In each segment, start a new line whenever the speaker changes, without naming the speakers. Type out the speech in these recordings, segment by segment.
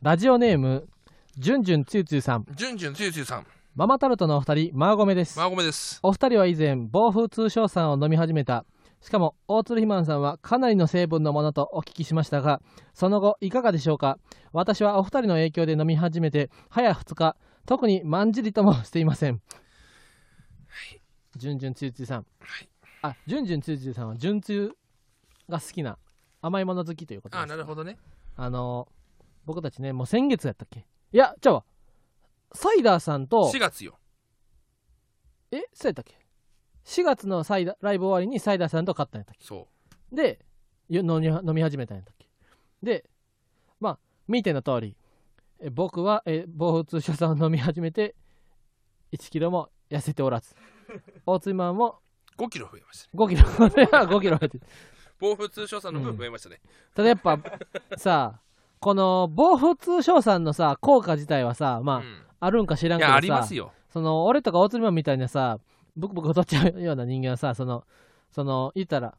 ラジオネームじゅんじゅんつゆつゆさん
じゅんじゅんつゆつゆさん、
ママタルトのお二人マーゴメです
マーゴメです。
お二人は以前暴風通商さんを飲み始めたしかも大鶴ひまんさんはかなりの成分のものとお聞きしましたがその後いかがでしょうか私はお二人の影響で飲み始めて早2日特にまんじりともしていませんじゅんじゅんつゆつゆさん
はい、
あじゅんじゅんつゆつゆさんはじゅんつゆが好きな甘いもの好きということです
あ、なるほどね。
あの僕たちねもう先月やったっけいやじゃあサイダーさんと
4月よ。
えそうやったっけ4月のサイダーライブ終わりにサイダーさんと勝ったんやったっ
そ
けでゆ飲み飲み始めたんやったっけでまあ見ての通りえ僕はえ暴風通所さんを飲み始めて1キロも痩せておら ず大津マンも
う、5キロ増えましたね。
5キロ 5キロ減って
暴風通商さんの分増えましたね。
ただやっぱさあこの暴風通商さんのさ効果自体はさまあ、
うん
あるんか知らん
い
けど
や、
さ
ありますよ。
その俺とか大鶴マンみたいなさブクブク踊っちゃうような人間はさそのその言ったら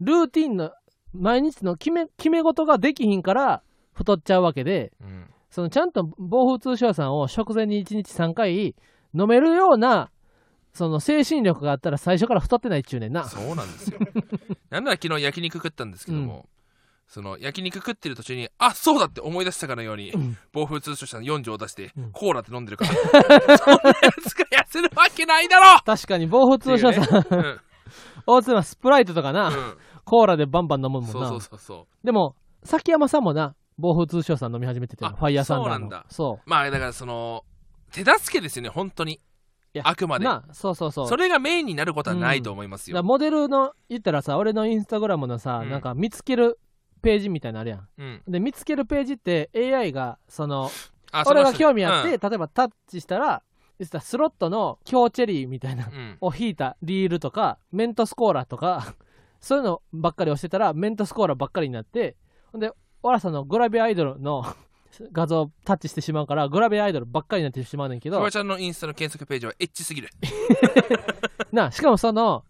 ルーティンの毎日の決め決め事ができひんから太っちゃうわけで
うん
そのちゃんと暴風通商さんを食前に1日3回飲めるようなその精神力があったら最初から太ってないっちゅうねんな
そうなんですよ。なんなら昨日焼肉食ったんですけども、その焼肉食ってる途中に、あそうだって思い出したかのように、
ん
暴風通商さん4錠を出して、
うん
コーラって飲んでるから、そんなや つが痩せるわけないだろ
確かに暴風通商さん、
っていうね
大鶴マンスプライトとか
う
な、
んうん
コーラでバンバン飲むもんな
そうそうそうそ
でも崎山さんもな暴風通商さん飲み始めてて
あ
ファイヤーサンダーの
そうなんだ
そう
う。まあだからその、手助けですよね、本当に
い。や
あくまで。
なそうそうそう
それがメインになることはないと思います
だから
よ。
モデルの言ったらさ俺のインスタグラムのさ、
うん
なんか見つけるページみたいなのあるやん
うん。
で見つけるページって AI がその
あ
俺が興味あって、
うん
例えばタッチしたら言ってたスロットの強チェリーみたいな
うん
を引いたリールとかメントスコーラとか そういうのばっかり押してたらメントスコーラばっかりになってほんでオラさんのグラビアアイドルの 画像をタッチしてしまうからグラビアアイドルばっかりになってしまうねんけ
フ
ど
ワちゃんのインスタの検索ページはエッチすぎる。
なしかもその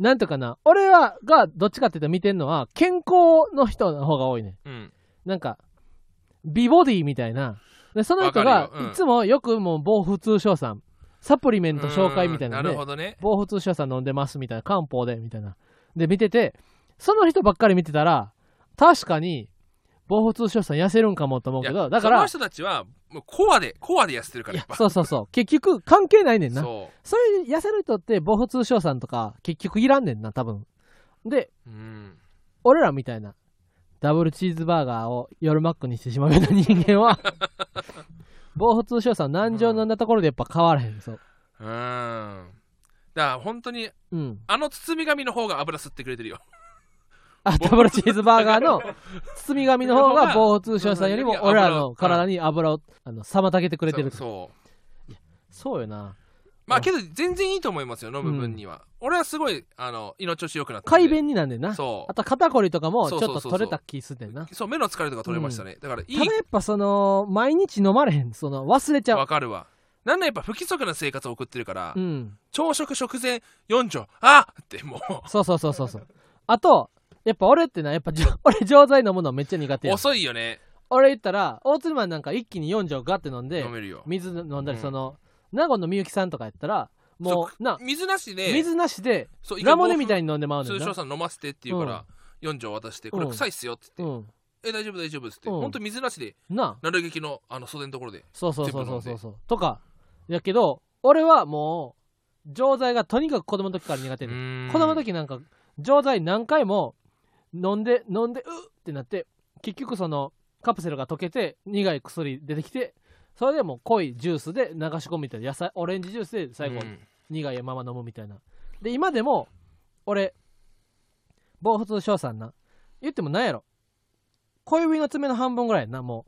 なんとかな俺らがどっちかって言ったら見てんのは健康の人の方が多いね
うん。
なんか美ボディみたいなでその人
わ
が
かるようん
いつもよくもう防腐痛症さんサプリメント紹介みたいな
うん
で
るほどね。
防腐痛症さん飲んでますみたいな漢方でみたいなで見ててその人ばっかり見てたら確かに防腐痛症さん痩せるんかもと思うけ
い
ど
や
だか
その
ら
人たちはもうコアでコアで痩せてるか
い
らや
や
っぱ
そうそうそう結局関係ないねんな
そ
そういう痩せる人って、防腐通商さんとか、結局いらんねんな、多分。で、
ううん
俺らみたいな、ダブルチーズバーガーを夜マックにしてしまうような人間 は、防腐通商さん、難情なんだところでやっぱ変わらへん、そう。
うーんだから本当に
うん。
あの包み紙の方が油吸ってくれてるよ
あ、ダブルチーズバーガ ーの包み紙の方が防腐通商さんよりも、俺らの体に油を、あの、妨げてくれてる
そ。そう
そうよな。
ま
う
あ
ん
けど全然いいと思いますよ飲む分には、俺はすごいあの胃の調子良くなったんで
快便になんねんな。
そ
あと肩こりとかも、ちょっ
そうそうそうそ
と
う
取れた気すんねんな。
うそう目の疲れとか取れましたね、だからい
ただやっぱその、毎日飲まれへん、その、忘れち
い
ゃう
わ。かるわなんならやっぱ不規則な生活を送ってるから、
うん、
朝食食前4錠あっっても
そうそうそうそうそう。あと、やっぱ俺ってな、やっぱじょ 俺錠剤飲むのめっちゃ苦手
う
やん。
遅いよね
俺言ったら、大鶴マンなんか一気に4錠ガって飲んで
飲、めるよ
水飲んだり、
うん
その、名護のみゆきさんとかやったら、もう、な、
水なしで
水なしで、
そう
ラムネみたいに飲んでまうねん
通
な
称。さん飲ませてって言うから、4錠渡して、これ臭いっすよって
う
言って、
ん。
え、大丈夫大丈夫っつって、
うん
ほんと水なしで、
なあ
なる劇のあの袖のところで、
そうそうそう
全部
そう
飲
ん
で
そうそう。とか、やけど、俺はもう、錠剤がとにかく子供の時から苦手で。子
子
供の時なんか錠剤何回も飲んで飲んでうっってなって結局そのカプセルが溶けて苦い薬出てきてそれでもう濃いジュースで流し込むみたいな野菜オレンジジュースで最後苦いまま飲むみたいな、で今でも俺暴発症さんな言ってもなんやろ小指の爪の半分ぐらいやんなも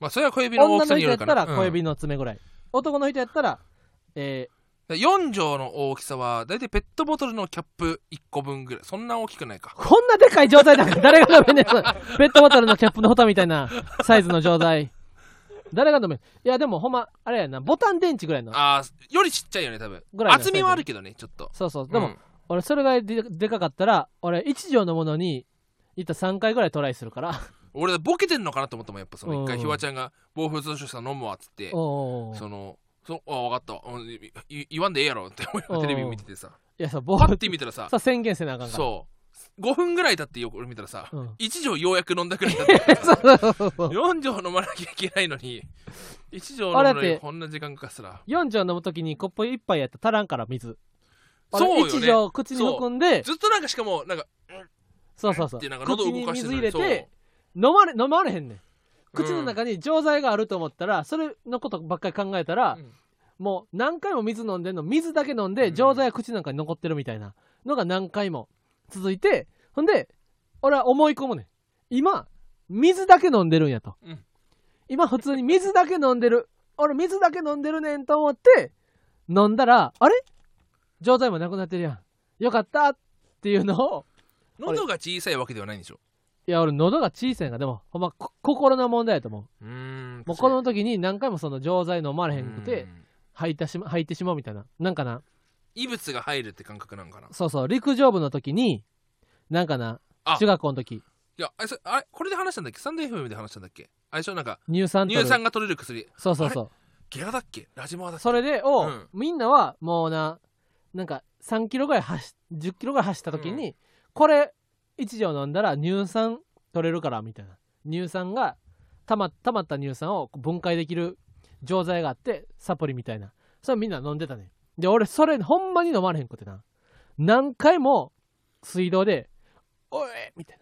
まあ、それは小指
う
の大
女
きさ
の
に
人
よ
やっ
るか
た
ら。
ら小指の爪ぐらい、男の人やったらえ
4畳の大きさは、だいたいペットボトルのキャップ1個分ぐらい。そんな大きくないか。
ーこんなでかい錠剤だから誰が飲めんねんそれペットボトルのキャップのホタみたいなサイズの錠剤。誰が飲めるいや、でもほんま、あれやな、ボタン電池ぐらいの。
あーよりちっちゃいよね、多分
ぐ。らいの
厚みはあるけどね、ちょっと。
そうそう。でも、
うん
俺、それがででかかったら、俺、1錠のものに、いった3回ぐらいトライするから、
俺ボケてんのかなと思ったもんやっぱその
う
一回
ん
ひわちゃんが「暴風通書さん飲むわ」っつって
おうおうおう
その「そあ分かったわうんいい言わんでええやろ」って 思いながらテレビ見ててさ
いやさ、ボ
パ
ー
ッて見たらさ
さ、宣言せなあかんから。
そう5分ぐらい経ってよく見たらさ
うん
一錠ようやく飲んだくらいだったからさ4錠飲まなきゃいけないのに一錠飲む
あれ
の
だっ
に
て
こんな時間かかすら
4錠飲むときにコップ一杯やったら足らんから、水。
そうよね
1錠口に含んで、
ずっとなんかしかもなんか
そうそうそう。
ってなんか喉
口
動
に
かして
水
る
入
のに
れて、飲まれ、飲まれへんねん。口の中に錠剤があると思ったら、それのことばっかり考えたら、
そううん
もう何回も水飲んでんの、水だけ飲ん
う
で、
ん
錠剤が口の中に残ってるみたいなのが何回も続いて、ほんで、俺は思い込むねん。今、水だけ飲んでるんやと。
うん
今、普通に水だけ飲んでる。俺、水だけ飲んでるねんと思って、飲んだら、あれ錠剤もなくなってるやん。よかったっていうのを、
喉が小さいわけではないんでしょ
いや、俺、喉が小さいんやんか、でも、ほんま、こ心の問題やと思う。
うーん
もうこの時に何回もその錠剤飲まれへんく
う
て、
ん
吐いたしま、吐いてしまうみたいな。なんかな、
異物が入るって感覚なんかな
そうそう、陸上部の時に、なんかな
あ、
中学校の時、
いやあれそれあれこれで話したんだっけサンデー FM で話したんだっけあれでしょなんか
乳酸とる
乳酸が取れる薬
そうそうそう。
ゲラだっけラジモアだっけ
それで、を、
うん
みんなはもうな、なんか3キロぐらい走、10キロぐらい走った時に、これ1錠飲んだら乳酸取れるから、みたいな。乳酸が、たまたまった乳酸を分解できる錠剤があって、サプリみたいな。それみんな飲んでたね。で、俺、それほんまに飲まれへんくてな。何回も水道で、おいみたい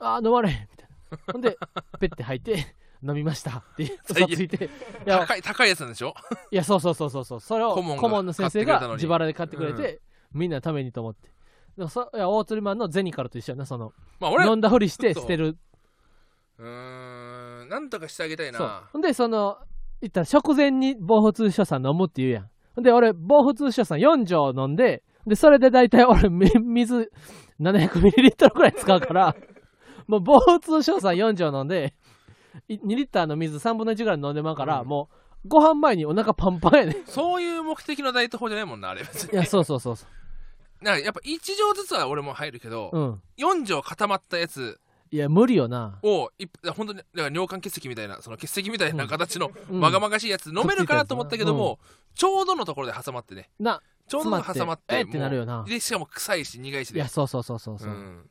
な。あー飲まれへんみたいな。ほんで、ペッて吐いて、飲みましたっていう嘘つ いて。いや、
高い高いやつなんでしょ
いや、そうそうそうそうそう。それを
顧問が
顧問の先生
買ってくれたの
が
に
自腹で買ってくれて、みんなのためにと思って。でもそいや、大鶴マンのゼニカルと一緒やな、その、
まあ俺は
飲んだふりして
そう
捨てる。
うーんなんとかしてあげたい
そう
な。
ほんで、その、言ったら食前に防腐通所さん飲むって言うやん。ほんで、俺、防腐通所さん4錠飲んで、で、それで大体俺、み水 700ml くらい使うから、 もう防腐通所さん4錠飲んで、い2リッターの水3分の1ぐらい飲んでまうから、
うん
もう、ご飯前にお腹パンパンやね。
そういう目的のダイエット法じゃないもんなあれ別に
いや、そうそうそうそ
なんかやっぱ1錠ずつは俺も入るけど、
う。うん。
4錠固まったやつ
いや、無理よな。
をい本当にだから尿管結石みたいなその結石みたいな形の
うん
まがまがしいやつ飲めるかなと思ったけども、ちょうどのところで挟まってね
な、
ちょうどの挟まって
詰まってえーってなるよな
もうでしかも臭いし苦いし
い
で
や、そうそうそうそうそうう、
ん、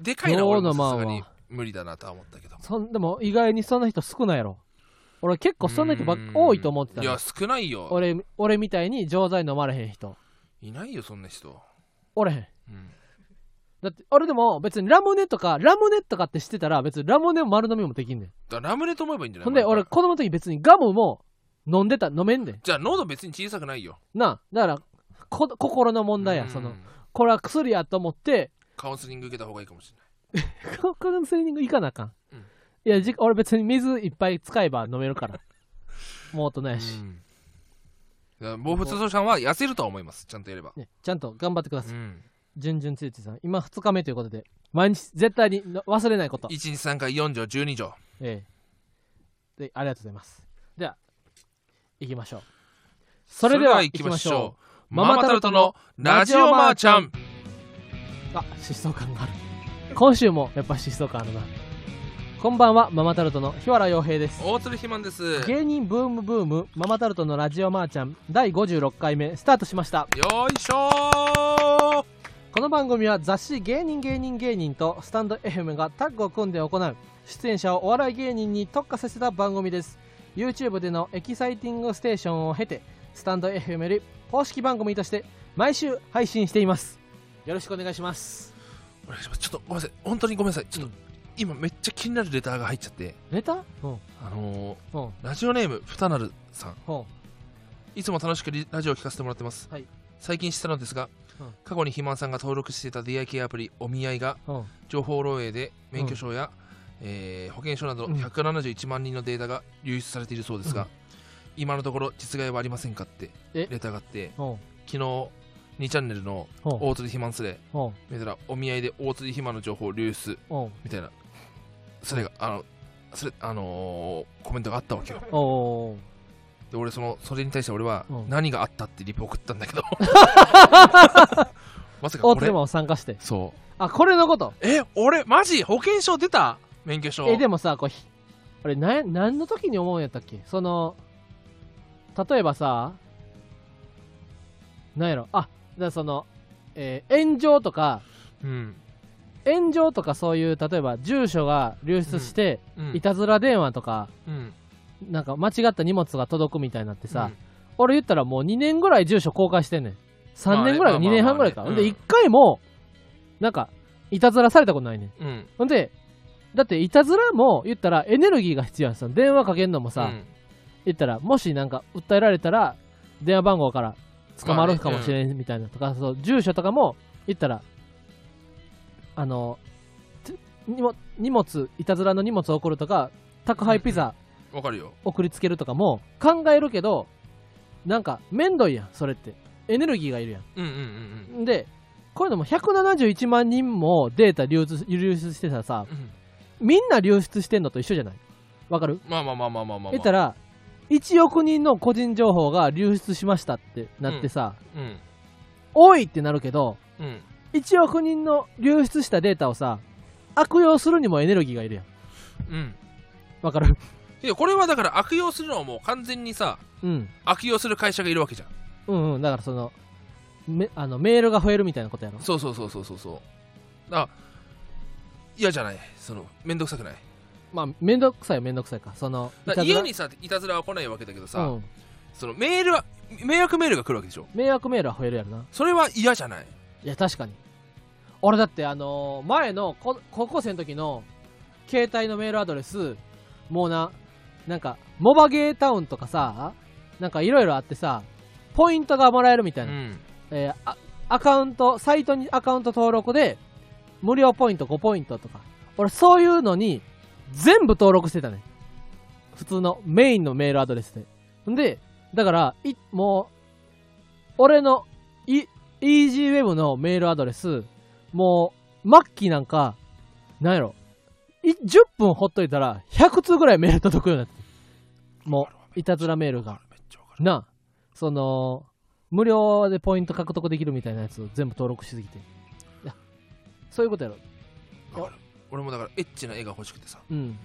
でかいな
どう
俺
の
もさすが
まあ
に
ま
無理だなとは思ったけど
そん。でも意外にそんな人少ないやろ。俺結構そんな人ばっ
うん
多いと思ってた
い
の
や少ないよ
俺俺みたいに錠剤飲まれへん人。
いないよそんな人、
おれへん。
うん、
だって俺でも別にラムネとかラムネとかってしてたら別にラムネを丸飲みもできんねん。
だからラムネと思えばいいんじゃない
ほんで
まあ
俺子供の時別にガムも飲んでた飲めんねん。
じゃあ喉別に小さくないよ
なあ。だからこ心の問題や。そうの
ん
これは薬やと思って
カウンセリング受けた方がいいかもしれない
カウンセリング行かなあかん。
うん
いやじ俺別に水いっぱい使えば飲めるから。もうとないし、
うん、防腐通商さんは痩せるとは思いますちゃんとやれば、
ね。ちゃんと頑張ってください。
うん、
準々ついてさん今2日目ということで毎日絶対にの忘れないこと、
1日3回4錠12錠
ええでありがとうございますでは行きましょうそれでは行きましょ
う
う
ママタルトのラジオマーちゃん
あ疾走感がある今週もやっぱ疾走感あるなこんばんはママタルトの日原洋平です
大鶴ひまんですよ
芸人ブームブームママタルトのラジオマーちゃん第56回目スタートしました
いしょー
この番組は雑誌「芸人芸人芸人」とスタンド FM がタッグを組んで行う出演者をお笑い芸人に特化させた番組です YouTube でのエキサイティングステーションを経てスタンド FM より公式番組として毎週配信していますよろしくお願いします
お願いしますちょっとごめんなさい本当にごめんなさいちょっと、今めっちゃ気になるレターが入っちゃって
レターうん
あのー
うん
ラジオネームふたなるさん
うん
いつも楽しくリラジオを聞かせてもらってます、
はい
最近知ったのですが、
うん
過去にひまんさんが登録していた出会い系アプリお見合いが
うん
情報漏洩で免許証や、えー保険証など
うん
171万人のデータが流出されているそうですが、
うん
今のところ実害はありませんかってレ
え
ターがあって
うん
昨日2チャンネルの
うん
大鶴ひまんすれ
うん
見たらお見合いで大鶴ひまの情報流出
うん
みたいなそれがあのそれあのーコメントがあったわけよ
おー
で俺そのそれに対して俺は
うん
何があったってリプ送ったんだけど まさか
大
これ
手マンを参加して
そう
あこれのこと
え俺マジ保険証出た免許証
えでもさこれひあれな何の時に思うんやったっけその例えばさなんやろあだからその、えー炎上とか
うん
炎上とかそういう例えば住所が流出して、
うん
いたずら電話とか
うん
なんか間違った荷物が届くみたいになってさ、俺言ったらもう2年ぐらい住所公開してんねん3年ぐらい
まあ
か
ね
2年半ぐらいか、
まあまあ
で
ねうん
1回もなんかいたずらされたことないねん
うんうん
ほんでだっていたずらも言ったらエネルギーが必要やんさ電話かけるのもさ、
うん
言ったらもしなんか訴えられたら電話番号から捕まるかもし
まあね
れんみたいなとか、そう住所とかも言ったらあのて荷物荷物いたずらの荷物を送るとか宅配ピザ
うんわかるよ
送りつけるとかも考えるけどなんかめんどいやんそれってエネルギーがいるや
うんうんうん
んでこういうのも171万人もデータ流出流出してたらさ
うんうん
みんな流出してんのと一緒じゃないわかる
まあまあまあまあまあまあ
言ったら1億人の個人情報が流出しましたってなってさ、
うん
多いってなるけど
うん
1億人の流出したデータをさ悪用するにもエネルギーがいるやん
うん
わかる
いやこれはだから悪用するのはもう完全にさ
うん
悪用する会社がいるわけじゃん
うんうんだからそのめあのメールが増えるみたいなことやろ
そうそうそうそうそうそうだから嫌じゃないその面倒くさくない
まあめんどくさいはめんどくさいかその
だから家にさいたずらは来ないわけだけどさ、
うん、
そのメールは迷惑メールが来るわけでしょ
迷惑メールは増えるやろな
それは嫌じゃない
いや確かに俺だってあのー前のこ高校生の時の携帯のメールアドレスもうななんかモバゲータウンとかさなんかいろいろあってさポイントがもらえるみた
う
いな、
ん
えーあアカウントサイトにアカウント登録で無料ポイント5ポイントとか俺そういうのに全部登録してたね普通のメインのメールアドレスでんでだからいもう俺のイ EasyWeb のメールアドレスもう末期なんかなんやろい10分ほっといたら100通ぐらいメール届くようになってもういたずらメールが
めっちゃわかる
なあその無料でポイント獲得できるみたいなやつを全部登録しすぎていやそういうことやろ
わかる俺もだからエッチな絵が欲しくてさ
うん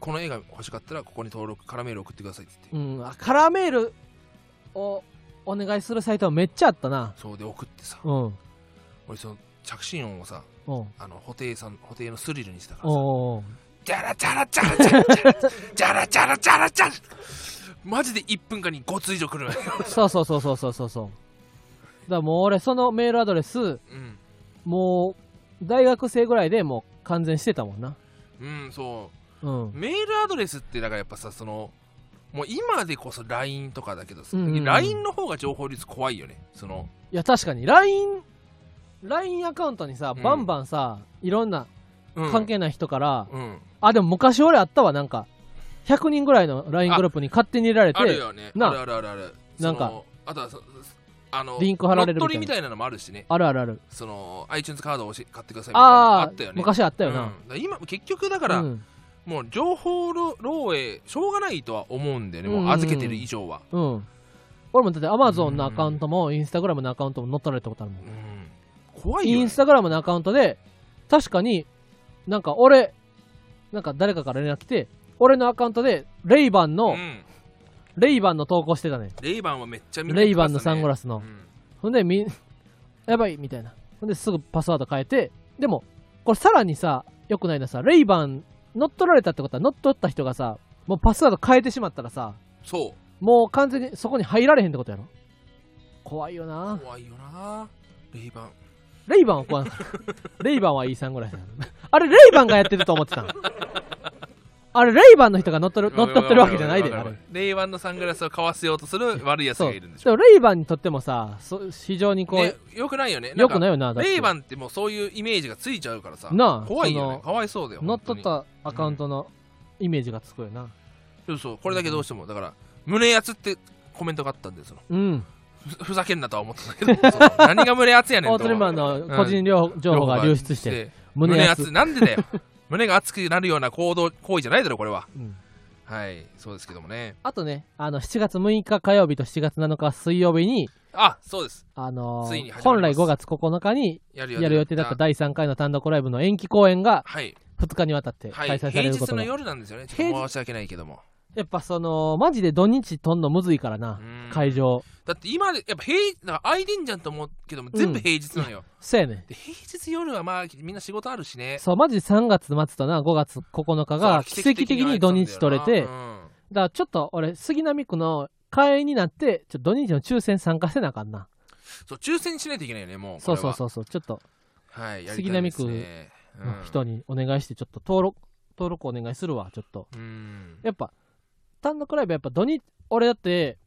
この絵が欲しかったらここに登録からメール送ってくださいって言って
うんあカラーメールをお願いするサイトはめっちゃあったな
そうで送ってさ
うんうん
俺その着信音をさ
おう
あの布袋さん布袋のスリルにしてたからさ
おう
ジャラジャラジャラジャラジャラジャラジャラジャラジャラマジで1分間に5通以上来るわよ
おうそうそうそうそうそうそうそうだからもう俺そのメールアドレス
うん
もう大学生ぐらいでもう完全してたもんな
うんそう
うん
メールアドレスってだからやっぱさそのもう今でこそ LINE とかだけどさ、
うんうんうん
LINE の方が情報率怖いよねその
いや確かに LINE LINE アカウントにさ、
うん
バンバンさいろんな
うん
関係ない人から、
うん
あ、でも昔俺あったわ、なんか。100人ぐらいの LINE グループに勝手に入れられ
ある
て、
よね
な
あるあるあるある
なんか
そのあとはそあの
リンク貼られるみたいな
乗っ取りみたいなのもあるしね
あるあるある。
その iTunes カードを教え買ってくださいみたいなのあ
あ
った
あ
よ、ね
昔あったよ
うん
な。
だから今結局だ
う
から、
ん。
もう情報漏漏洩しょうがないとは思うんだよね、
うんうんう
もうん預けてる以上は、
うん。俺もだって Amazon のアカウントも Instagram のアカウントも乗っ取られたことあるもん
う。ん、怖いよ、
イ
ね、
ンスタグラムのアカウントで、確かに、なんか俺、なんか誰かから連絡来て、俺のアカウントで、レイバン
う
の、
ん、
レイバンの投稿してたね。
レイバンはめっちゃ見
レイバンのサングラ
ス
スの。ほんで、みん、 やばいみたいな。ほんですぐパスワード変えて、でも、これさらにさ、良くないのはさ、レイバン乗っ取られたってことは、乗っ取った人がさ、もうパスワード変えてしまったらさ、
そう
もう完全にそこに入られへんってことやろ。怖いよな。
怖いよなレイバン
レイバンは怖 い。レイバンはいいさんぐらいだなあれ、レイバンがやってると思ってたの。あれ、レイバンの人が乗っ取る乗っ取ってるわけじゃないで、あれ。
レイバンのサングラスを買わせようとする悪い奴
そ
が
う。で
いるんでしょ
も、レイバンにとってもさ、そ非常にこう、
ね、よくないよね
良くない
い
よな、だって
レイバンってもうそういうイメージがついちゃうからさ
なあ
怖いよ
そ
ね
の
かわいそうだよ
乗っ取っ
本
たアカウントのイメージがつくよな。
当にそうそうこれだけどうしてもだから胸やつってコメントがあったんでその
うん。
ふふざけんなとは思ってたけど その何が胸やつやねん
オー
と
トリマンの個人情報が流出して、
胸
胸
や
熱
つなんでだよ胸が熱くなるような行動行為じゃないだろこれは
うん
はいそうですけどもね
あとね、あの7月6日火曜日と7月7日水曜日に、
あそうです
あのー
ついに始まります
本来5月9日に
やる
やる予定だった第3回の単独ライブの延期公演が
はい
2日にわたって
は
開
い、
催さ
平
れるこ
日
と
の
が
夜なんですよね。ちょっ
平
と
日
申し訳ないけども。
やっぱそのマジで土日とんのむずいからな
うん
会場
だって今で、やっぱ平日、だから空いてんじゃんと思うけども、全部平日なのよ。
そうやね
で平日夜はまあ、みんな仕事あるしね。
そうマジ3月末とな5月9日が
そう
奇跡的に土日取れてだ
うん
か、らちょっと俺杉並区の会員になってちょっと土日の抽選参加せなあかんな
そう、抽選しないといけないよね、もう。
そうそう
う。
そうそうちょっと
はい、やり
杉
たいで
並
す
区
ね。うん
人にお願いしてちょっと登録登録お願いするわちょっと
うん。
やっぱ単独ライブやっぱ土日俺だって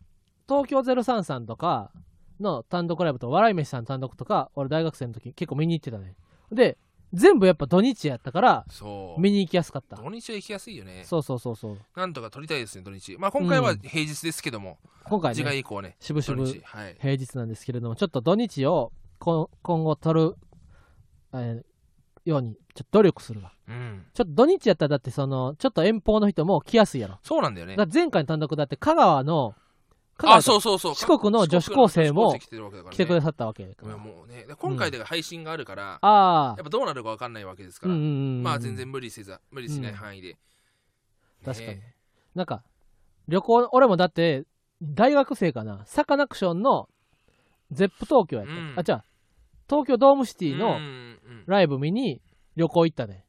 東京03さんとかの単独ライブと笑い飯さんの単独とか俺大学生の時結構見に行ってたねで全部やっぱ土日やったから
そう。
見に行きやすかった
土日は行きやすいよね。
そうそうそうそう
なんとか取りたいですね、土日。まあ今回は
うん
平日ですけども、
今回
次回
ね
以降はね、
渋
土
々
日。はい。
平日なんですけれどもちょっと土日をこ今後取る、えーようにちょっと努力するわ
うん。
ちょっと土日やったらだってそのちょっと遠方の人も来やすいやろ
そうなんだよね
だ。から前回の単独だって香川の香川
あ、そうそうそう。
四国の女子高生も
四国の女子高来てるわけだからね
来てくださったわけだか
い
ら
やもうね、で今回で配信があるから、
あ
や
あ
っぱどうなるかわかんないわけですか
うん
ら、
うんうんうん
まあ全然無理せず、無理しない
うん
範囲で。
確かに
ね
なんか旅行俺もだって大学生かなサカナクションのゼップ東京やった、
うん
あじゃあ東京ドームシティ
う
の
んうん
ライブ見に旅行行ったね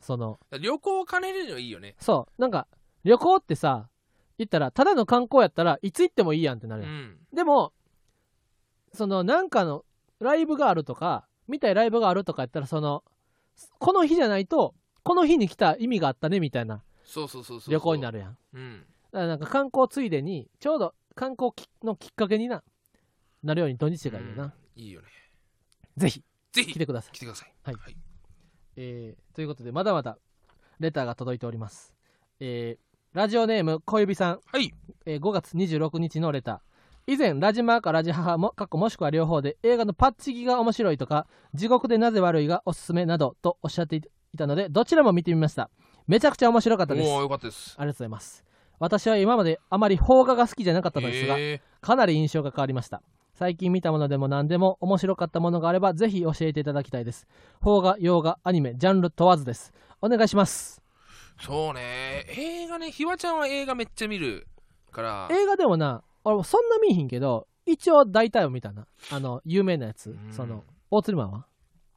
その
旅行を兼ねるのいいよね。
そうなんか旅行ってさ行ったらただの観光やったらいつ行ってもいいやんってな
う
るやん、
ん。
でもそのなんかのライブがあるとか見たいライブがあるとかやったらそのこの日じゃないとこの日に来た意味があったねみたいな
そうそうそうそう。
旅行にな
る。
るやん
うん。
だからなんか観光ついでにちょうど観光きのきっかけにななるように土日がいいよな、
うんいいよね。
ぜひ
ぜひ
来てください
来、てください。
はいえーということでまだまだレターが届いております、えーラジオネーム小指さん、
はい。
えー5月26日のレター以前ラジマーかラジ母もかっこもしくは両方で映画のパッチギが面白いとか地獄でなぜ悪いがおすすめなどとおっしゃっていたのでどちらも見てみましためちゃくちゃ面白かったです
おお、
あ
よかったです。
りがとうございます私は今まであまり邦画が好きじゃなかったのですが、
え
かなり印象が変わりました最近見たものでも何でも面白かったものがあればぜひ教えていただきたいです邦画洋画アニメジャンル問わずですお願いします
ーそうね。映画ね、ひわちゃんは映画めっちゃ見るから、
映画でもな俺もそんな見えひんけど一応大体を見たなあの有名なやつ
うん
そのオーツリマンは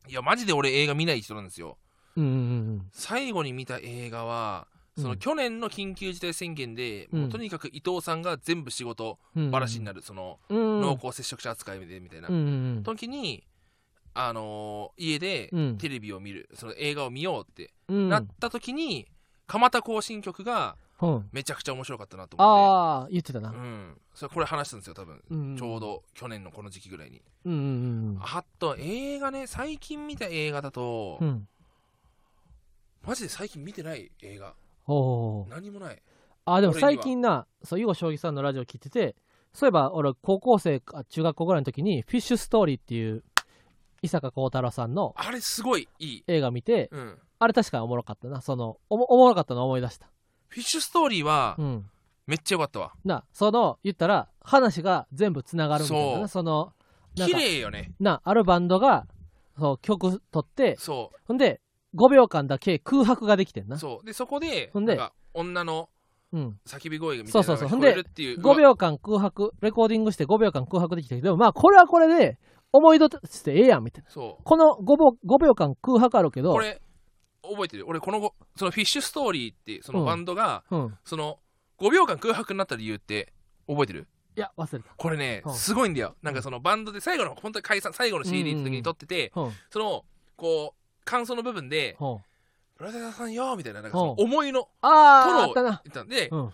い
や、マジで俺映画見ない人なんですよ。
うんうんうん
最後に見た映画はそうの
ん
去年の緊急事態宣言で、
うん
もうとにかく伊藤さんが全部仕事
うんうん
ばらしになる、その
うんうん
濃厚接触者扱いでみたいな、
うんうん
時に、あのー家で
うん
テレビを見る、その映画を見ようって
うん
なった時に、蒲田行進曲が
うん
めちゃくちゃ面白かったなと思って。
ああ言ってたな
うん、それこれ話したんですよ多分、
うん
ちょうど去年のこの時期ぐらいに
うんうん
あと映画ね最近見た映画だと、
うんうん
マジで最近見てない映画
おー
何もない
あでも最近なそう囲碁将棋さんのラジオ聞いててそういえば俺高校生か中学校ぐらいの時に「フィッシュストーリー」っていう伊坂幸太郎さんの
あれすごいいい
映画見て
うん、
あれ確かにおもろかったなそのおもおもろかったの思い出した
フィッシュストーリーは
うん
めっちゃ良かったわ、
なその言ったら話が全部つながるみたいな
そう
なそのなん
綺
か
麗よね
なあるバンドがそう曲取って
そ
ほんで5秒間だけ空白ができてん
う
な
そうでそこで
ほんで
なんか女の
うん、
叫び声みたいなのが
そうそうそう
聞こえるっていう
5秒間空白レコーディングして5秒間空白できたけどまあこれはこれで思い出としてええやんみたいな
そう
この 5, 秒5秒間空白あるけど
これ覚えてる俺このごそのフィッシュストーリーってその
うん
バンドが、
うん、
その5秒間空白になった理由って覚えてる
いや忘れた、
これね、
うん
すごいんだよなんかそのバンドで最後の本当に解散最後の CD の時に撮ってて、
うん
そのこう感想の部分で
うん、
「村田さんよ」みたいななんかその
うん
思いのト
あああ
ロ
っ
を
た
言
な
ったんで、
うんうん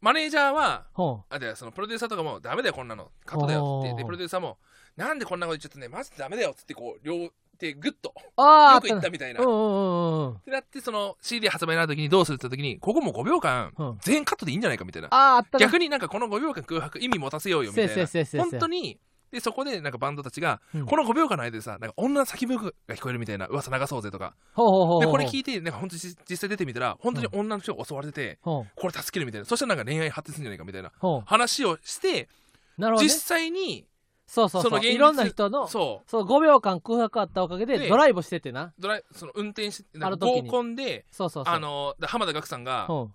マネージャーは
ほ
あでそのプロデューサーとかも「ダメだよこんなのカットだよ」っ
お
つって
ー
でプロデューサーも「なんでこんなこと言っちゃったねマジでダメだよ」っつってこう両手グッと
うあああ
よ
っ
く言
た
っ
な
たみたいな。
うん
っ
うんうんうん
てなってその CD 発売になる時にどうするって時にここも5秒間
うん
全員カットでいいんじゃないかみたいな
あああったな
逆になんかこの5秒間空白意味持たせようよみたい
せ
な
やせやせやせや
本当にでそこでなんかバンドたちが
うん
この5秒間の間でさなんか女の叫び声が聞こえるみたいな噂流そうぜとか
ほうほうほうほう
でこれ聞いてなんか本当に実実際出てみたら本当に女の人が襲われてて
ほう
これ助けるみたいなそしたらなんか恋愛発展するんじゃないかみたいな
ほ
話をして
うなるほど、ね、
実際に
そうそう
そ
そ
の
う
現実
いろんな人のそ
そう
う5秒間空白あったおかげで
で
ドライブしててな
ドライその運転してなんか
ある時
合
に
コンで
そうそうそう
あので浜田岳さんが
うん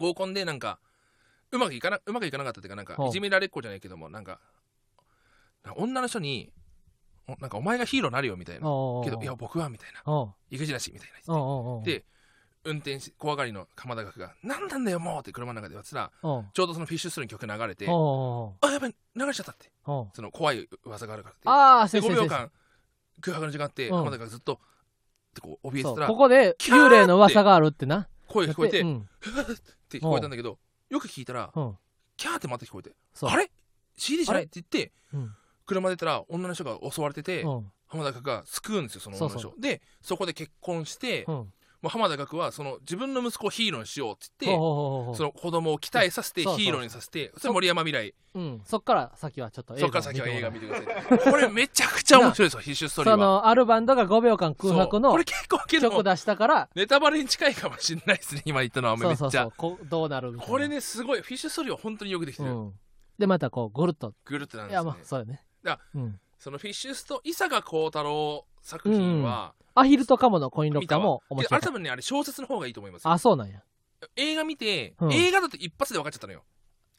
合コンでなんかうまくいかなうまくいかなかったっていうかなんか
ほう
いじめられっ子じゃないけどもなんかなんか女の人におなんかお前がヒーローになるよみたいな
おうおうおう
けどいや僕はみたいな
うんうん
育児だしみたいな
うんうんうん
で運転し怖がりの鎌田岳が「何なんだよもう!」って車の中でやってたら
うん
ちょうどそのフィッシュスルーの曲流れて「あ
おうおう
やばい流れちゃった」って
おうおう
その怖い技があるからって
ああ
で
先生
5秒
先生
間空白の時間あって
うん
鎌田岳がずっとってこう怯え
そう
てたら
ここで
キャーっ
幽
て
霊の噂があるってな
声聞こえて「
う
っ
ん
て聞こえたんだけどよく聞いたら
うん
「キャー」ってまた聞こえて「
そう
あれ ?CD じゃない?」
あれ
って言って
うん
車出たら女の人が襲われてて
うん
浜田岳が救うんですよその女の人
そう
をでそこで結婚して
う
も
ん
う浜田岳はその自分の息子をヒーローにしようって
ほうほ
言って
うほうほう
その子供を期待させて
そうそう
ヒーローにさせてそれ森山未来
うん、そっから先はちょっと
そっから先は映画
見
見
て
てくださいこれめちゃくちゃ面白いですよ必修スト
もら
ーリ
う
ー
そ
は
のアルバンドが5秒間空白
そう
の
これ結構け
曲
ど
出したから
ネタバレに近いかもしれないですね今言ったのはあんま
そ
め
う
っち
そ
ゃ
うそうこどうなるみたいな
これねすごいフィッシュストーリーは本当によくできて
う
る、
ん、でまたこうぐるっと
ぐるっとなん
い
です
や
よ、ね
まあそうやね
いや
うん、
そのフィッシュスト伊坂幸太郎作品は、
アヒルとカモのコインロッ
見
カ
た
ーも
わ
面
けど
白
あれ
か
多
っ
分ねあれ小説の方がいいと思います
たあそうなんや
映画見て、
うん
映画だと一発で分かっちゃったのよ、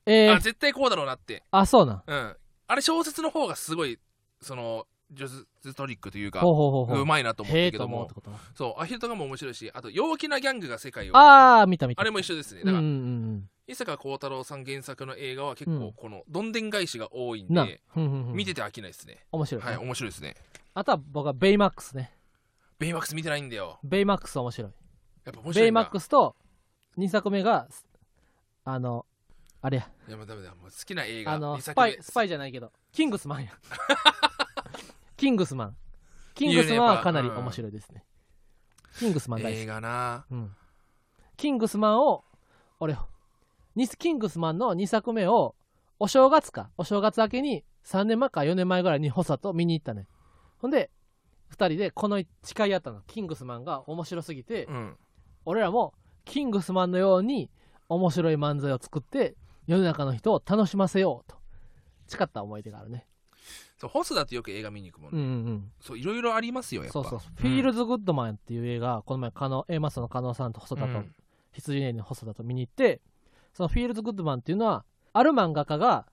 え
あ
ー、
絶対こうだろうなって
あそうなん
うんあれ小説の方がすごいそのジョズトリックというか
ほうほうほうほ
うまいなと思っ
へ
た
え
け
と
ど
思う
も
ってこと
そうアヒルとかも面白いしあと陽気なギャングが世界をあ
ああ見た見た
れも一緒ですね
う
だ
んうん
から
うん
伊坂幸太郎さん原作の映画は結
うん
構このどんでん返しが多いん
な
で、
ふんふんふん
見てて飽きないですね、
面白いね、
はい面白いですね
あとは僕はベイマックスね
ベイマックス見てないんだよ
ベイマックス面白い
やっぱ面白
ベ
い
イ
んだ
マックスと2作目があのあれや
いやもうダメだもう好きな映画
あの
二
ス
作
パ
目
イスパイじゃないけどキングスマンや キングスマンキングスマンはかなり面白いですねキングスマン大好き、
映画な
うん、キングスマンを俺にキングスマンの2作目をお正月かお正月明けに3年前か4年前ぐらいに補佐と見に行ったねほんで2人でこの誓い合ったのキングスマンが面白すぎて、
うん
俺らもキングスマンのように面白い漫才を作って世の中の人を楽しませようと誓った思い出があるね
そうホスだとよく映画見に行くもん、
うんうん
そういろいろありますよや
うん
っぱ
そうそうそうフィールズ・グッドマンっていう映画この前加納 A マスの加納さんと細
う
田と、
ん
羊年の細田と見に行ってそのフィールズ・グッドマンっていうのはある漫画家が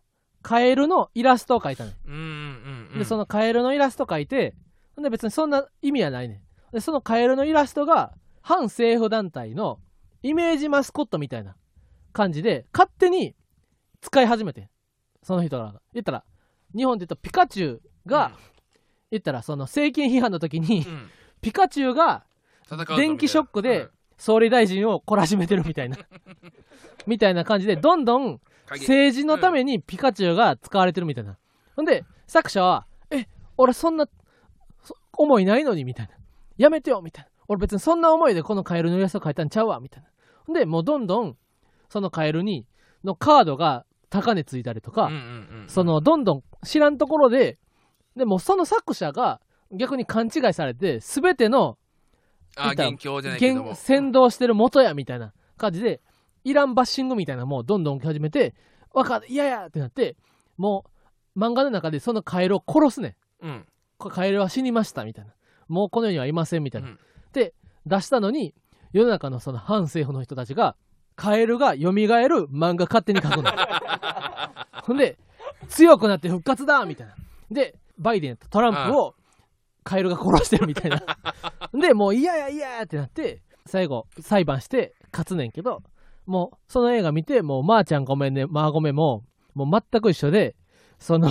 カエルのイラストを描いたね、
うんうんうん
でそのカエルのイラスト描いてほんで別にそんな意味はないねんでそのカエルのイラストが反政府団体のイメージマスコットみたいな感じで勝手に使い始めてんその人らが言ったら日本で言ったらピカチュウが、言ったらその政権批判の時に、
うんうん
ピカチュウが
戦うぞみたいな
電気ショックで総理大臣を懲らしめてるみ たいなみたいな感じでどんどん政治のためにピカチュウが使われてるみたいな。ほんで、作者は、え、俺そんな、そ思いないのに、みたいな。やめてよ、みたいな。俺別にそんな思いでこのカエルのイラスト描いたんちゃうわ、みたいな。ほんで、もうどんどん、そのカエルに、のカードが高値ついたりとか、
うんうんうんうん
その、どんどん知らんところで、でもその作者が逆に勘違いされて、すべての
あ
見た
元凶じゃないけども
現先導してる元やみたいな感じでイランバッシングみたいなのもどんどん起き始めてわかいやいやってなってもう漫画の中でそのカエルを殺すねん
うん
こカエルは死にましたみたいなもうこの世にはいませんみた
う
いな、
ん
で出したのに世の中のその反政府の人たちがカエルが蘇る漫画勝手に書 くのほんで強くなって復活だみたいなでバイデンとトランプをカエルが殺してるみたいなでもう嫌や嫌やってなって最後裁判して勝つねんけどもうその映画見てもうまー、ちゃんごめんねまー、ごめんももう全く一緒で その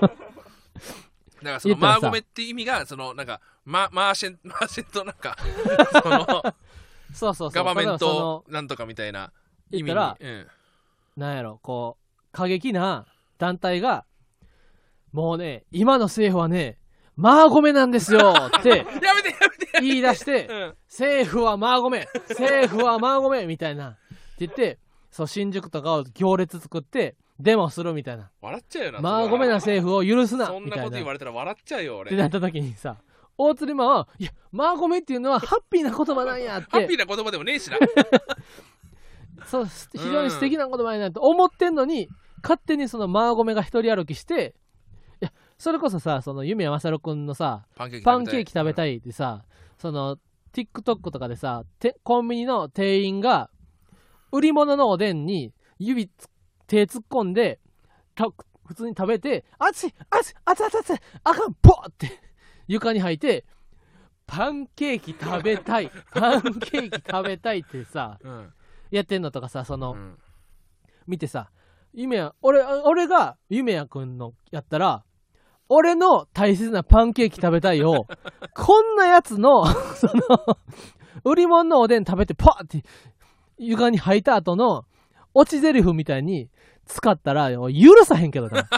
だからその
言ったら
マ
さ
ーゴメって意味がそのなんかママーシェン マーシェントな んかその
そうそうそう
ガバメン
その
トなんとかみたいな意
言っ
味
た
に
ら
うん
なんやろこう過激な団体がもうね今の政府はねマーゴメなんですよって
やめてや
言い出して
めてうん
政府はマーゴメ政府はマーゴメみたいなって言ってそう新宿とかを行列作ってデモするみたいな
笑っちゃうよな
マーゴメな
そ
政府を許す
んな
な
そん
み
な
た
こ
い
と
な
言わ
っ
れたら笑っちゃうよ俺
てなった時にさ大鶴マンはいやマーゴメっていうのはハッピーな言葉なんやっ
ハッ
て
ピーな言葉でもねえしな
そうす非常に素敵な言葉やなと思ってんのに、勝手にそのマーゴメが一人歩きして、いや、それこそさその夢やまさろくんのさ
パンケーキ
パンケーキ食べ
い
たいってさその TikTok とかでさてコンビニの店員が売り物のおでんに指つ手突っ込んでた普通に食べて「熱い熱い熱い熱い熱いあかんボー!」って床に吐いて「パンケーキ食べたいパンケーキ食べたい」ってさ
うん
やってんのとかさそうの、
ん
見てさ夢や俺あ俺が夢やくんのやったら俺の大切なパンケーキ食べたいよこんなやつの その売り物のおでん食べてパーって床に吐いた後の落ち台詞みたいに使ったらよ許さへんけどな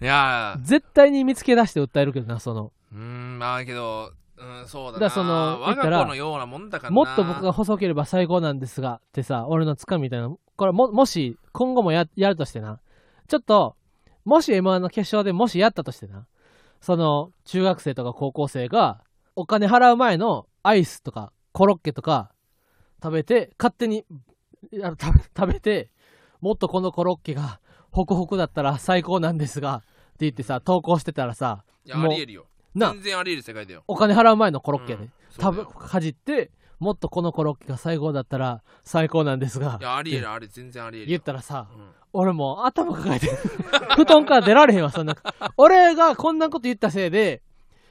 いや
絶対に見つけ出して訴えるけどなその
ーうーんまあけどうんそうだ
だから
な
その
我
言ったら
が子のようなもんだからな
もっと僕が細ければ最高なんですがってさ俺のつかみみたいなこれももし今後もややるとしてなちょっともし m 1の決勝でもしやったとしてなその中学生とか高校生がお金払う前のアイスとかコロッケとか食べて勝手にあの食べ食べてもっとこのコロッケがホクホクだったら最高なんですがって言ってさ投稿してたらさ
いや
も
あ
う
りえるよ
な
全然ありえる世界だよ
お金払う前のコロッケやね、
うん
食
そうだ
べ
よ
かじってもっとこのコロッケが最高だったら最高なんですが
いやありえるあり全然ありえ
って
る
言
よ
ったらさ
うん
俺もう頭抱えて布団から出られへんわそんな俺がこんなこと言ったせいで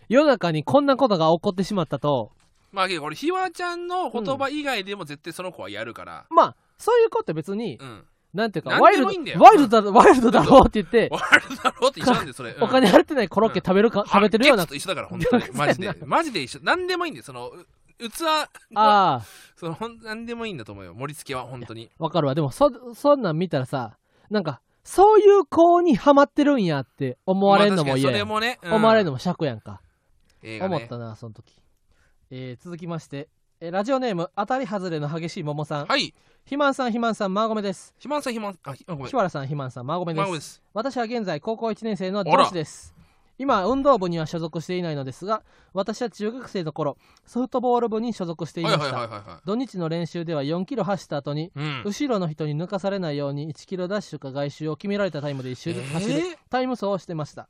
夜中にこんなことが起こってしまったと
まあけどこれひわちゃんの言葉以外でも絶対その子はやるから
まあそういうこと別に、
うん
なんていうか
なん
ワイ
で
ル
も
ド
いいんだよ
ワイルドだワイルドだろうって言って、
わかるだろうって一緒なんでそれうん
お金払ってないコロッケ食べるか、食べてるような
ゲッツと一緒だから本 当にマジでマジで一緒なんでもいいんだよそのう器の
ああ
そのほんなんでもいいんだと思うよ盛り付けは本当に
わかるわでもそそんなん見たらさなんかそういう子にハマってるんやって思われるの
まあ
も
確かに
嫌
それ
やん
もね、うん
思われるのも尺やんか、
映画ね
思ったなその時、えー続きまして、えーラジオネーム当たり外れの激しい桃さん
はい
肥満さん肥満さんマーゴメです
肥満さん肥満あひあごめん
日原さん肥満さんマーゴメです
マゴです
私は現在高校1年生の
あら
上司です今運動部には所属していないのですが私は中学生の頃ソフトボール部に所属していまし
はい
た、
はいはいはいは
土日の練習では4キロ走った後に
いうん
後ろの人に抜かされないように1キロダッシュか外周を決められたタイムで1周ずつ走る
えー
タイム走をしてました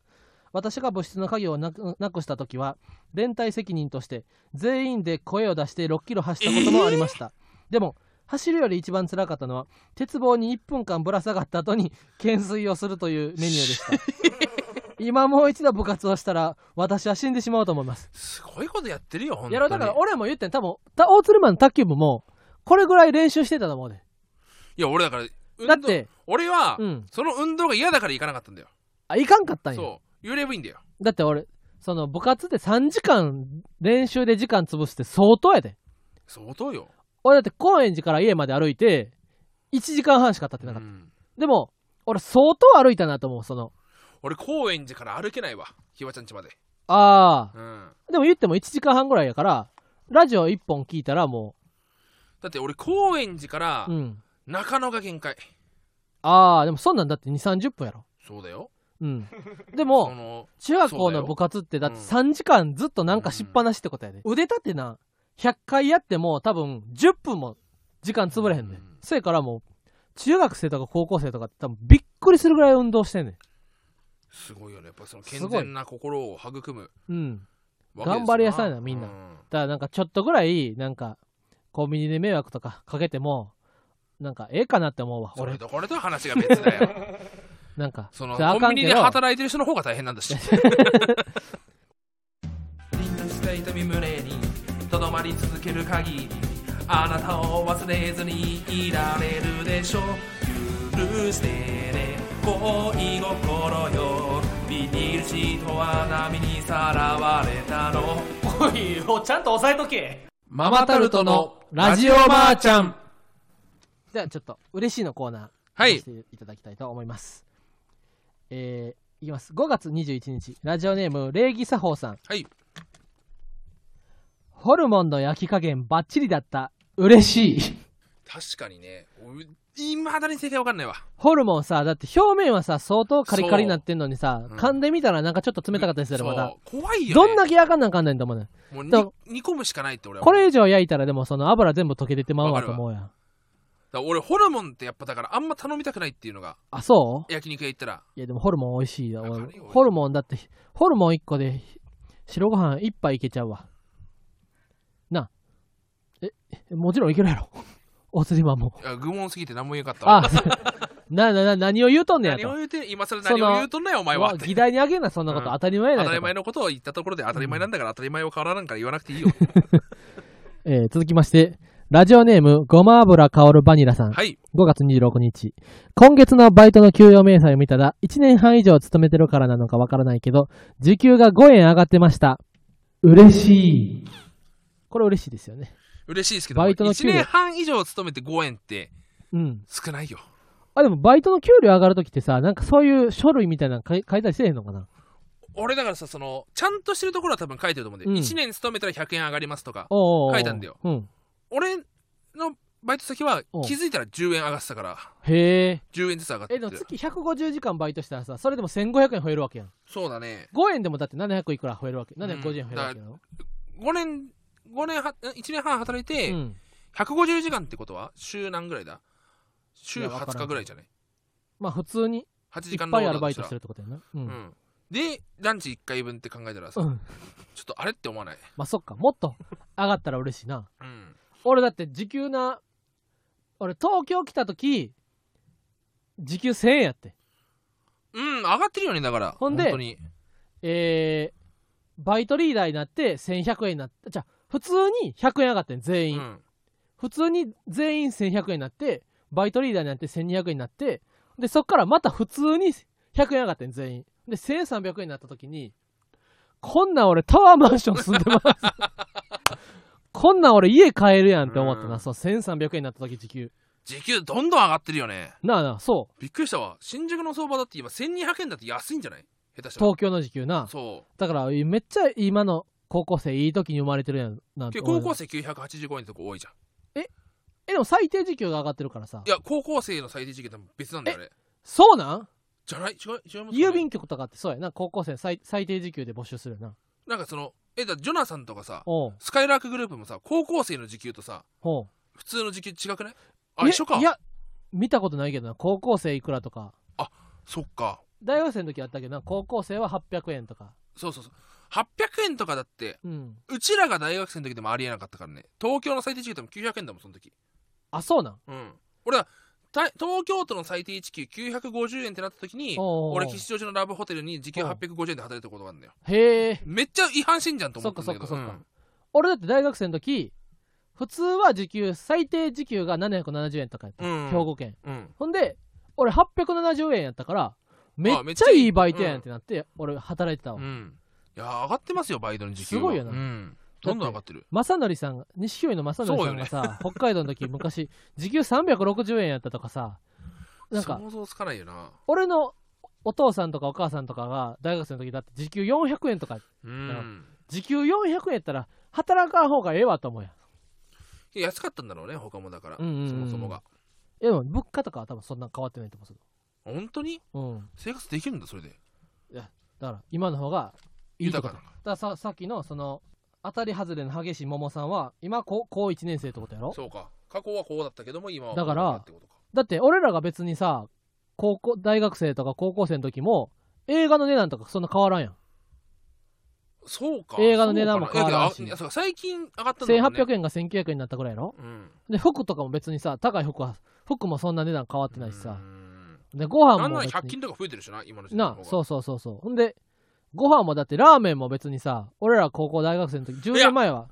私が部室の鍵をなくなくした時は連帯責任として全員で声を出して6キロ走ったこともありました、でも走るより一番辛かったのは鉄棒に1分間ぶら下がった後に懸垂をするというメニューで した今もう一度部活をしたら私は死んでしまうと思います
すごいことやってるよ本当に
やろうだから俺も言ってん多分た大鶴マンの卓球部もこれぐらい練習してたと思うで
いや俺だから運動
だって
俺は、
うん
その運動が嫌だから行かなかったんだよ
あいかんかったんや
そう揺ればいいんだよ
だって俺その部活で3時間練習で時間潰して相当やで
相当よ
俺だって高円寺から家まで歩いて1時間半しか経ってなかっ
うん
た、でも俺相当歩いたなと思うその
俺高円寺から歩けないわひわちゃん家まで
あ
うん
あでも言っても1時間半ぐらいやからラジオ1本聞いたらも
だって俺高円寺から
ううん
中野が限界
ああでもそんなんだって2 3 0分やろ
そうだよ
うんで
そ
も
の
中学校の部活ってだって3時間ずっとなんかしっぱなしってことやで、腕立てな100回やっても多分10分も時間潰れへんね、
うんん、
そやからもう中学生とか高校生とかって多分びっくりするぐらい運動してんねん
すごいよねやっぱその
す
健
ごい
全な心を育む
うん
わけですよ
頑張り屋さんやなみんな
う
だからなんかちょっとぐらいなんかコンビニで迷惑とかかけてもなんかええかなって思うわ
それ
俺
とこれとは話が別だ よ
なんか
その
れあ
コ
か
ン
ん
ビ
け
ニ
ど
で働いてる人の方が大変なんだしみんなした痛み胸にとどまり続ける限りあなたを忘れずにいられるでしょう許してね恋心よビニールシートは波にさらわれたの
おいおちゃんと押さえとけ
マ
マタルトのラジオばあちゃんじゃあちょっと嬉しいのコーナー
はい
させていただきたいと思いますえー、いきます5月21日ラジオネーム礼儀作法さん
はい
ホルモンの焼き加減バッチリだった嬉しい
確かにねいまだに正解わかんないわ
ホルモンさだって表面はさ相当カリカリになってんのにさ、
そううん
噛んでみたらなんかちょっと冷たかったりするまた、
そう怖いよ、ね、
どんだけ焼かんなんかんないんだもんね
もうに
だか
煮込むしかないって俺は
これ以上焼いたらでもその油全部溶け出てまう
わ
わ
か
と
るわ
思うやん
ら俺ホルモンってやっぱだからあんま頼みたくないっていうのが
あ、そう
焼肉屋行ったら
いや、でもホルモン美味しいよ。
わかるよ
俺ホルモンだって、ホルモン1個で白ご飯1杯いけちゃうわ。なあ。え、もちろんいけるやろ。 お釣りマンも。
いや愚問すぎて何も言えんかったわ
あ、 な、な、な、何を言うとんねや
何
と
を。言うて今更何を言うとんねんお前は
わ
って
議題にあげんな、そんなこと。
うん
当たり前やない
当
か
た
と
り前のことを言ったところで当たり前なんだから当たり前は変わらんから言わなくていいよ
えー続きまして、ラジオネーム、ごま油香るバニラさん。
はい
5月26日。今月のバイトの給与明細を見たら、1年半以上勤めてるからなのかわからないけど、時給が5円上がってました。嬉しい。これ嬉しいですよね。
嬉しいですけど
バイトの
1
給料
年半以上勤めて5円って
うん。
少ないよ
あ、でもバイトの給料上がるときってさ、なんかそういう書類みたいなの書い書いたりしてへんのかな
俺だからさそのちゃんとしてるところは多分書いてると思うんで、
うん
1年勤めたら100円上がりますとか
おうおうおう
書いたんだよ。
うん。
俺のバイト先は
うん
気づいたら10円上がってたから
へえ。
10円ずつ上がって
え、
って
でも月150時間バイトしたらさ、それでも1500円増えるわけやん。
そうだね
5円でもだって700いくら増えるわけ。750円増えるわけやろ。
5年5年は1年半働いて、
うん。
150時間ってことは週何ぐらいだ週
いやわからん
20日ぐらいじゃない
まあ普通に
8
い
時
っ
間
ぱいアルバイ
した
トし
ら
てるってことやな。う。
うんんでランチ1回分って考えたらさ、
うん。
ちょっとあれって思わない
まあそっか、もっと上がったら嬉しいな。
うん
俺だって時給な、俺東京来た時、時給1000円やって。
うん上がってるよねだから
ほんで
本当に
えー、バイトリーダーになって1100円になって、じゃあ普通に100円上がってん、全員。
うん
普通に全員1100円になって、バイトリーダーになって1200円になって、で、そっからまた普通に100円上がってん、全員。で、1300円になった時に、こんなん俺タワーマンション住んで ます。こんなん俺家買えるやんって思った
う
な、
ん
そう、1300円になった時時給。
時給どんどん上がってるよね
なあなあ、そ
びっくりしたわ新宿の相場だって今1200円だって安いんじゃない下手し
う、
たら
東京の時給な。
そ
だから、めっちゃ今の高校生いい時に生まれてるやんな
うん
て
けど
思う
高校生985円とか多いじゃん
え、でも最低時給が上がってるからさ
い。や高校生の最低時給多分別なんだよあれ
そうなん
じゃない違う違いますかね
郵便局とかってそうやな、高校生最最低時給で募集するよな。
なんかそのえだジョナサンとかさ
おう
スカイラークグループもさ高校生の時給とさ
おう
普通の時給違くないあ
え
一緒か
いや、見たことないけどな、高校生いくらとか。
そっか
大学生の時あったけどな、高校生は800円とか。
そうそうそう800円とかだって
うん。
うちらが大学生の時でもありえなかったからね東京の最低時給多分900円だもんその時
あ、そうなん
うん俺はた東京都の最低時給950円ってなった時に
おうおうおう
俺吉祥寺のラブホテルに時給
おう
850円で働いたことがあるんだよ
へえ。
めっちゃ違反してんじゃんと思ったんだけど
そっかそっかそっ俺だって大学生の時、普通は時給、最低時給が770円とかやった。
うん
兵庫県。
うん、うん
ほんで、俺870円やったから、め
めっ
っ
ち
ち
ゃ
ゃ
いい
いいバイトやんってなって、俺働いてたわ。
うんいや上がってますよバイトの時給は
すごいよな
うん、どんどん上がってる
正則さんが、錦鯉の正則さんがさ、北海道の時昔、時給360円やったとかさ、なんか、
想像つかないよな
俺のお父さんとかお母さんとかが大学生の時だって時給400円とか、
うん
時給400円やったら働かん方がええわと思うやん。
いや安かったんだろうね他もだから、
うんうんうん
そもそもが
でも物価とかは多分そんな変わってないと思うけ
本当に
ど。うん。
生活できるんだそれで
だから今の方がいいってこと
豊かな
だからささっきのその当たり外れの激しい桃さんは今高高1年生ってことやろ
そうか過去はこうだったけども今は
だから
こうってことか
だって俺らが別にさ高校大学生とか高校生の時も映画の値段とかそんな変わらんやん
そうか
映画の値段も
そうかな
変わらんし
いやけどあいやそうか最近上がったんだもんね
1800円が1900円になったぐらいやろ
うん
で服とかも別にさ高い服は服もそんな値段変わってないし
う
さ
ん
でご飯
なん
も
なら
別
100
に
均とか増えてるしな今の時代の
な
方が
そうそうそうそうほんでご飯もだってラーメンも別にさ俺ら高校大学生の時10年前は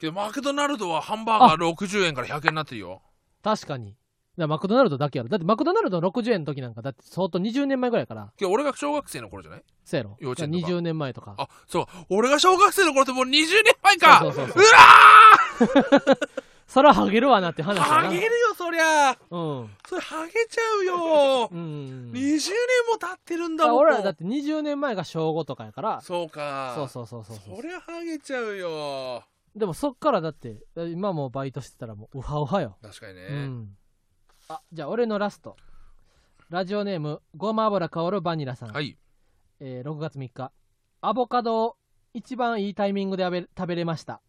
けどマクドナルドはハンバーガー60円から100円になってるよ
確かにだからマクドナルドだけやろだってマクドナルドの60円の時なんかだって相当20年前ぐらいやから
けど俺が小学生の頃じゃない
そうやろ
幼稚園とか
20年前とか
あそう俺が小学生の頃ってもう20年前か
そううそうそうそう
わ
そらハゲるわなって話
ー
や
ハ
な
ゲるよそりゃ
うん
それハゲちゃうよ
うん
20年も経ってるん
だか
だ
ら
もん
俺らだって20年前が小5とかやから
そうか
そうそうそうそう
そりゃハゲちゃうよ
でもそっからだって今もうバイトしてたらもうウハウハよ
確かにね、
うん、あじゃあ俺のラストラジオネームごま油香るバニラさん、
はい
えー6月3日アボカドを一番いいタイミングで食べ食べれました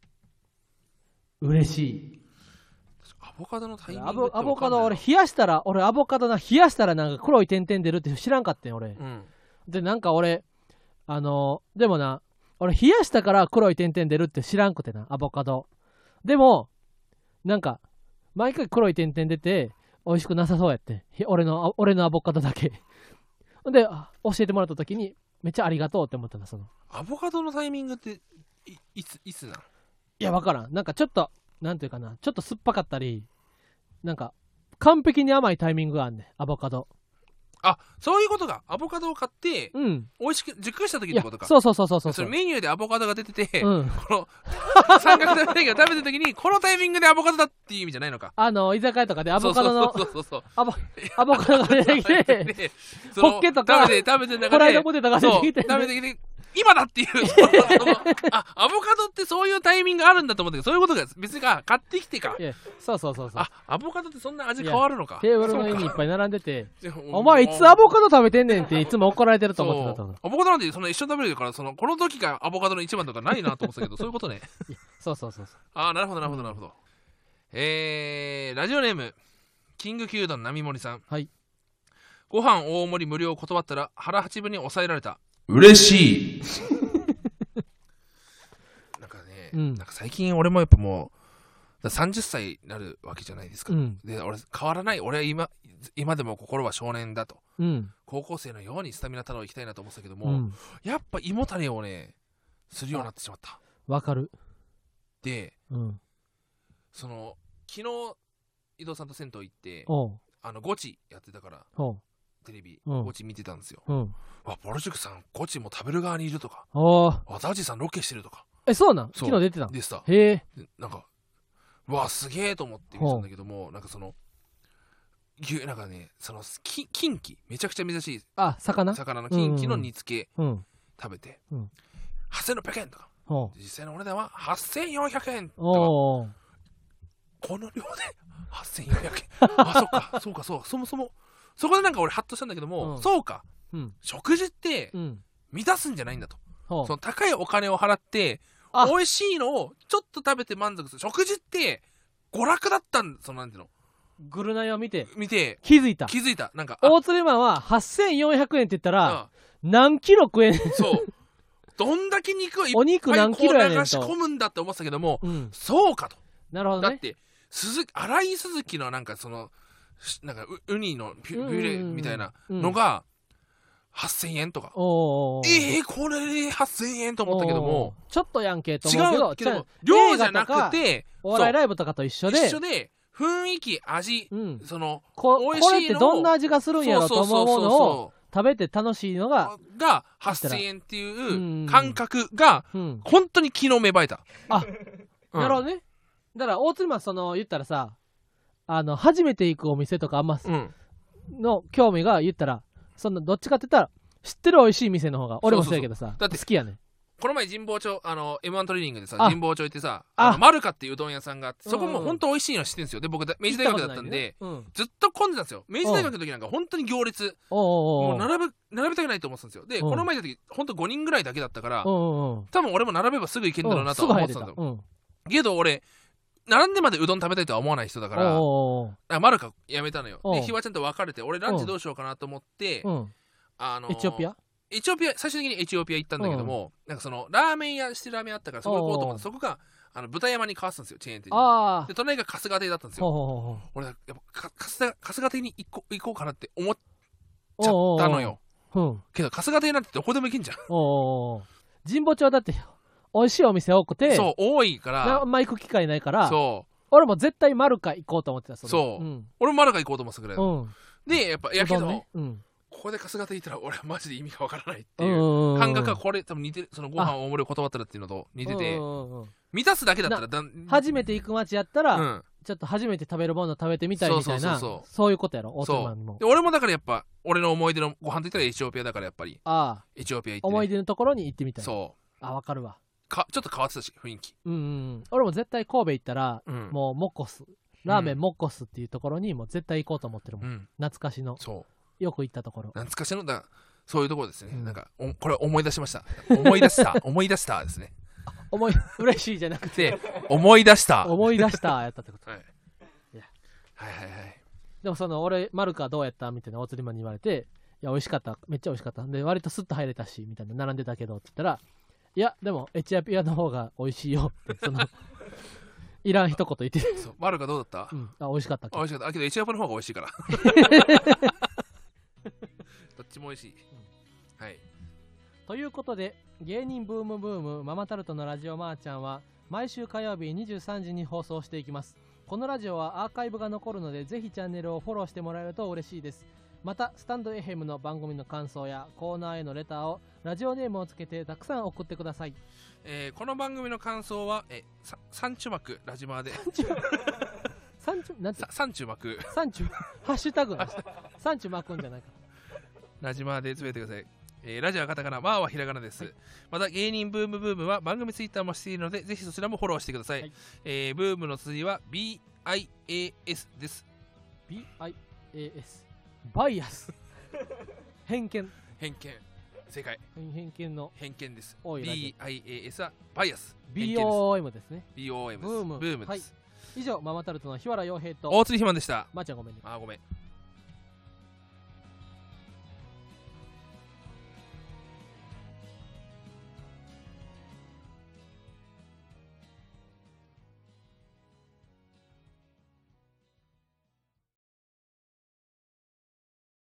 嬉しい
アボカドのタイミング
ア
ってわ
ボ
かん
ア
ない
ボカド俺冷やしたら俺アボカドな冷やしたらなんか黒い点々出るって知らんかったよ俺
うん
でなんか俺あのーでもな俺冷やしたから黒い点々出るって知らんくてなアボカドでもなんか毎回黒い点々出て美味しくなさそうやってひ俺のあ俺のアボカドだけ であ教えてもらった時にめっちゃありがとうって思ったなその
アボカドのタイミングっていいついつなん
いやわからんなんかちょっとなんていうかなちょっと酸っぱかったりなんか完璧に甘いタイミングがあんねんアボカド
あそういうことかアボカドを買って
うん
美味しく熟した時っ
い
て
や
ことか
そうそうそうそうそう
それメニューでアボカドが出てて、
うん、
この三角玉ねぎを食べた時にこのタイミングでアボカドだっていう意味じゃないのか
あの居酒屋とかでアボカドの
そうそ うそうそう
アボアボカドが出てきて、
で
ホッケとか
食べて食べて
フ
中
ライ
で
ドポテトが出
そう
てきて、
食べてきて今だっていうそのそのあアボカドってそういうタイミングあるんだと思ったけどそういうことが別にか買ってきてか
いやそうそうそうそう
あアボカドってそんな味変わるのか
テーブルの上にいっぱい並んでて
そうか
お前いつアボカド食べてんねんっていつも怒られてると思ってたと
そ
思う
うアボカドなんてその一緒に食べれるからそのこの時がアボカドの一番とかないなと思ってたけどそういうことね
そうそうそうそう
ああなるほどなるほどなるほどえー、ラジオネームキングキュードン並森さん
はい
ご飯大盛り無料を断ったら腹八分に抑えられた嬉しい なんかね、
うん
なんか最近俺もやっぱもうだ30歳になるわけじゃないですか、
うん
で俺変わらない俺は今今でも心は少年だと
うん
高校生のようにスタミナ太郎行きたいなと思ってたけども、
うん
やっぱ胃もたれをねするようになってしまった
わかる
で
うん
その昨日伊藤さんと銭湯行って
おう
あのゴチやってたから
お
テレビ、
うん
ゴチ見てたんですよ
ううん
あボルジュクさんゴチも食べる側にいるとか
おう
あダージさんロケしてるとか
えそうなん
そう
昨日出てたん
でさ
へえ
でなんかうわすげえと思って見てたんだけどもなんかその牛なんかねそのきキンキめちゃくちゃ珍しい
あ魚
魚のキンキの煮付け
うん
食べて、
うん
8600円とか
おう
実際のお値段は8400円とか
おう
この量で8400円あそっかそうかそうそもそもそこでなんか俺ハッとしたんだけども、
うん
そうか
うん
食事って
うん
満たすんじゃないんだと、
おう
その高いお金を払って
あ
美味しいのをちょっと食べて満足する食事って娯楽だったんそのなんていうの
グルナイを見て
見て
気づいた
気づいたなんかあ
大釣りマンは8400円って言ったら
あ
何キロ食えん
そうどんだけ肉をいっ
お肉
ぱい
何
こ
キ
う
ロやね
流
ん
し込
と。
むんだって思ってたけども
うん、
そうかと
なるほど
だっ
ね。
て鈴木荒井鈴木のなんかそのしなんかウウニのピュ
うん
ピュレみたいな
うん
のが8000円とか、
おーおーおー
ええこれで8000円と思ったけど
おー
も
ちょっとやんけと
違
思うけど
うけど
ちゃう
量じゃなく
映画とか
て
お笑いライブとかと一緒で
一緒で雰囲気味、
うん、
その
こ
美味しいの
これってどんな味がするんやろと思うものを食べて楽しいのが、
うが8000円っていう
うん
感覚が
うん、
本当に昨日芽生えた、
あ
うん
なるほどねだから大津マンその言ったらさあの初めて行くお店とかあんま
うん
の興味が言ったらそんなどっちかって言ったら知ってる美味しい店の方が俺もそうやけどさ
そうだって
好きやねん
この前神保町あの M1 トレーニングでさ
あ
神保町行ってさ
あ
あのマルカっていううどん屋さんがあってそこ
うんう
も
ん
本当美味しいの知ってるんですよで僕だ明治大学だったんで、
行たことないねうん、
ずっと混んでたんですよ明治大学の時なんか本当に行列
おうおうお
も
う
う並ぶ並びたくないと思ってたんですよで
うん
この前行った時本当5人ぐらいだけだったから
うんうんうん
多分俺も並べばすぐ行けるんだろうなとは思ってたんだよ
うんすぐ入れうん
けど俺並んでまでうどん食べたいとは思わない人だか
お
ら
うおうおう
あマルカやめたのよ
う
で
ん
ひわちゃんと別れて俺ランチどうしようかなと思って
うん、
あのー
エチオピア
エチオピア最終的にエチオピア行ったんだけどもなんかそのラーメン屋してるラーメン屋あったからそこ行こうと思ってそこがあの豚山に変わってたんですよチェーン店に
ああ
で隣が春日亭だったんです
ほう
よ
ほうほうほう
俺やっぱか春日春日亭に行こう行こうかなって思っちゃ
おうおうおう
ったのよ
うんおう
けど春日亭なんてどこでも行けんじゃん、
おうおう神保町だって美味しいお店多くて
そう多いか
なあ
ら
んま行く機会ないから
そう
俺も絶対マルカ行こうと思ってた
そう
うん
俺もマルカ行こうと思ってたぐらいだ、
うん
でやっぱいやけ
うど
ど、
んねうん
ここで春日亭行ったら俺はマジで意味がわからないって
うん
いううん
うん
感覚はこれ多分似てるそのご飯大盛りを断ったらっていうのと似てて
うんうんうん
満たすだけだったらだん
初めて行く街やったら、
うん
ちょっと初めて食べるもの食べてみたいみたいな
そうそうそうそう
いうことやろ大手
そ
間にも
うで俺もだからやっぱ俺の思い出のご飯と言ったらエチオピアだからやっぱり
ああ
エチオピア行ってね、
思い出のところに行ってみたい
そ
あわかるわ
うかちょっと変わってたし雰囲気、
うんうんうん俺も絶対神戸行ったら、
うん、
もうモコスラーメ
う
ン
ん
モコスっていうところにもう絶対行こうと思ってるも、
うんん、
懐かしの
そう
よく行ったところ
懐かしのだそういうところですね、
うん
なんかおこれ思い出しました思い出した 思い出したですね
思い 嬉しいじゃなくて
で思い出した
思い出したやったってこと
はい、はいはいはい
でもその俺マルカどうやったみたいなお釣りマンに言われていや美味しかっためっちゃ美味しかったで割とスッと入れたしみたいな並んでたけどって言ったらいやでもエチオピアの方が美味しいよってその いらん一言言って
そうマルカどうだった、
うんあ美味しかったっけ
あ美味しかったあけどエチオピアの方が美味し いからどっちも美味しい、はい
ということで芸人ブームブームママタルトのラジオマーちゃんは毎週火曜日23時に放送していきますこのラジオはアーカイブが残るのでぜひチャンネルをフォローしてもらえると嬉しいですまたスタンド FM の番組の感想やコーナーへのレターをラジオネームをつけてたくさん送ってください
えーこの番組の感想は、えー、さ三中幕ラジマーで
三中なんて
さ三中 幕
三 中ハッシュタグなんです三中巻くんじゃないか
ラジマーでつぶやいてください。えーラジオはカタカナ、マーはひらがなです。また、芸人ブームブームは番組ツイッターもしているので、ぜひそちらもフォローしてください。
はい
えーブームの次は BIAS です。
BIAS バイアス偏見
偏見。正解。
偏見の
偏見です。
多いラジ
BIAS はバイアス。偏見です
BOM ですね
BOM です。
ブーム
ブームです。
以上ママタルトの日原洋平と
大鶴ひまんでした。
まーちゃんごめんね
あー、ごめん。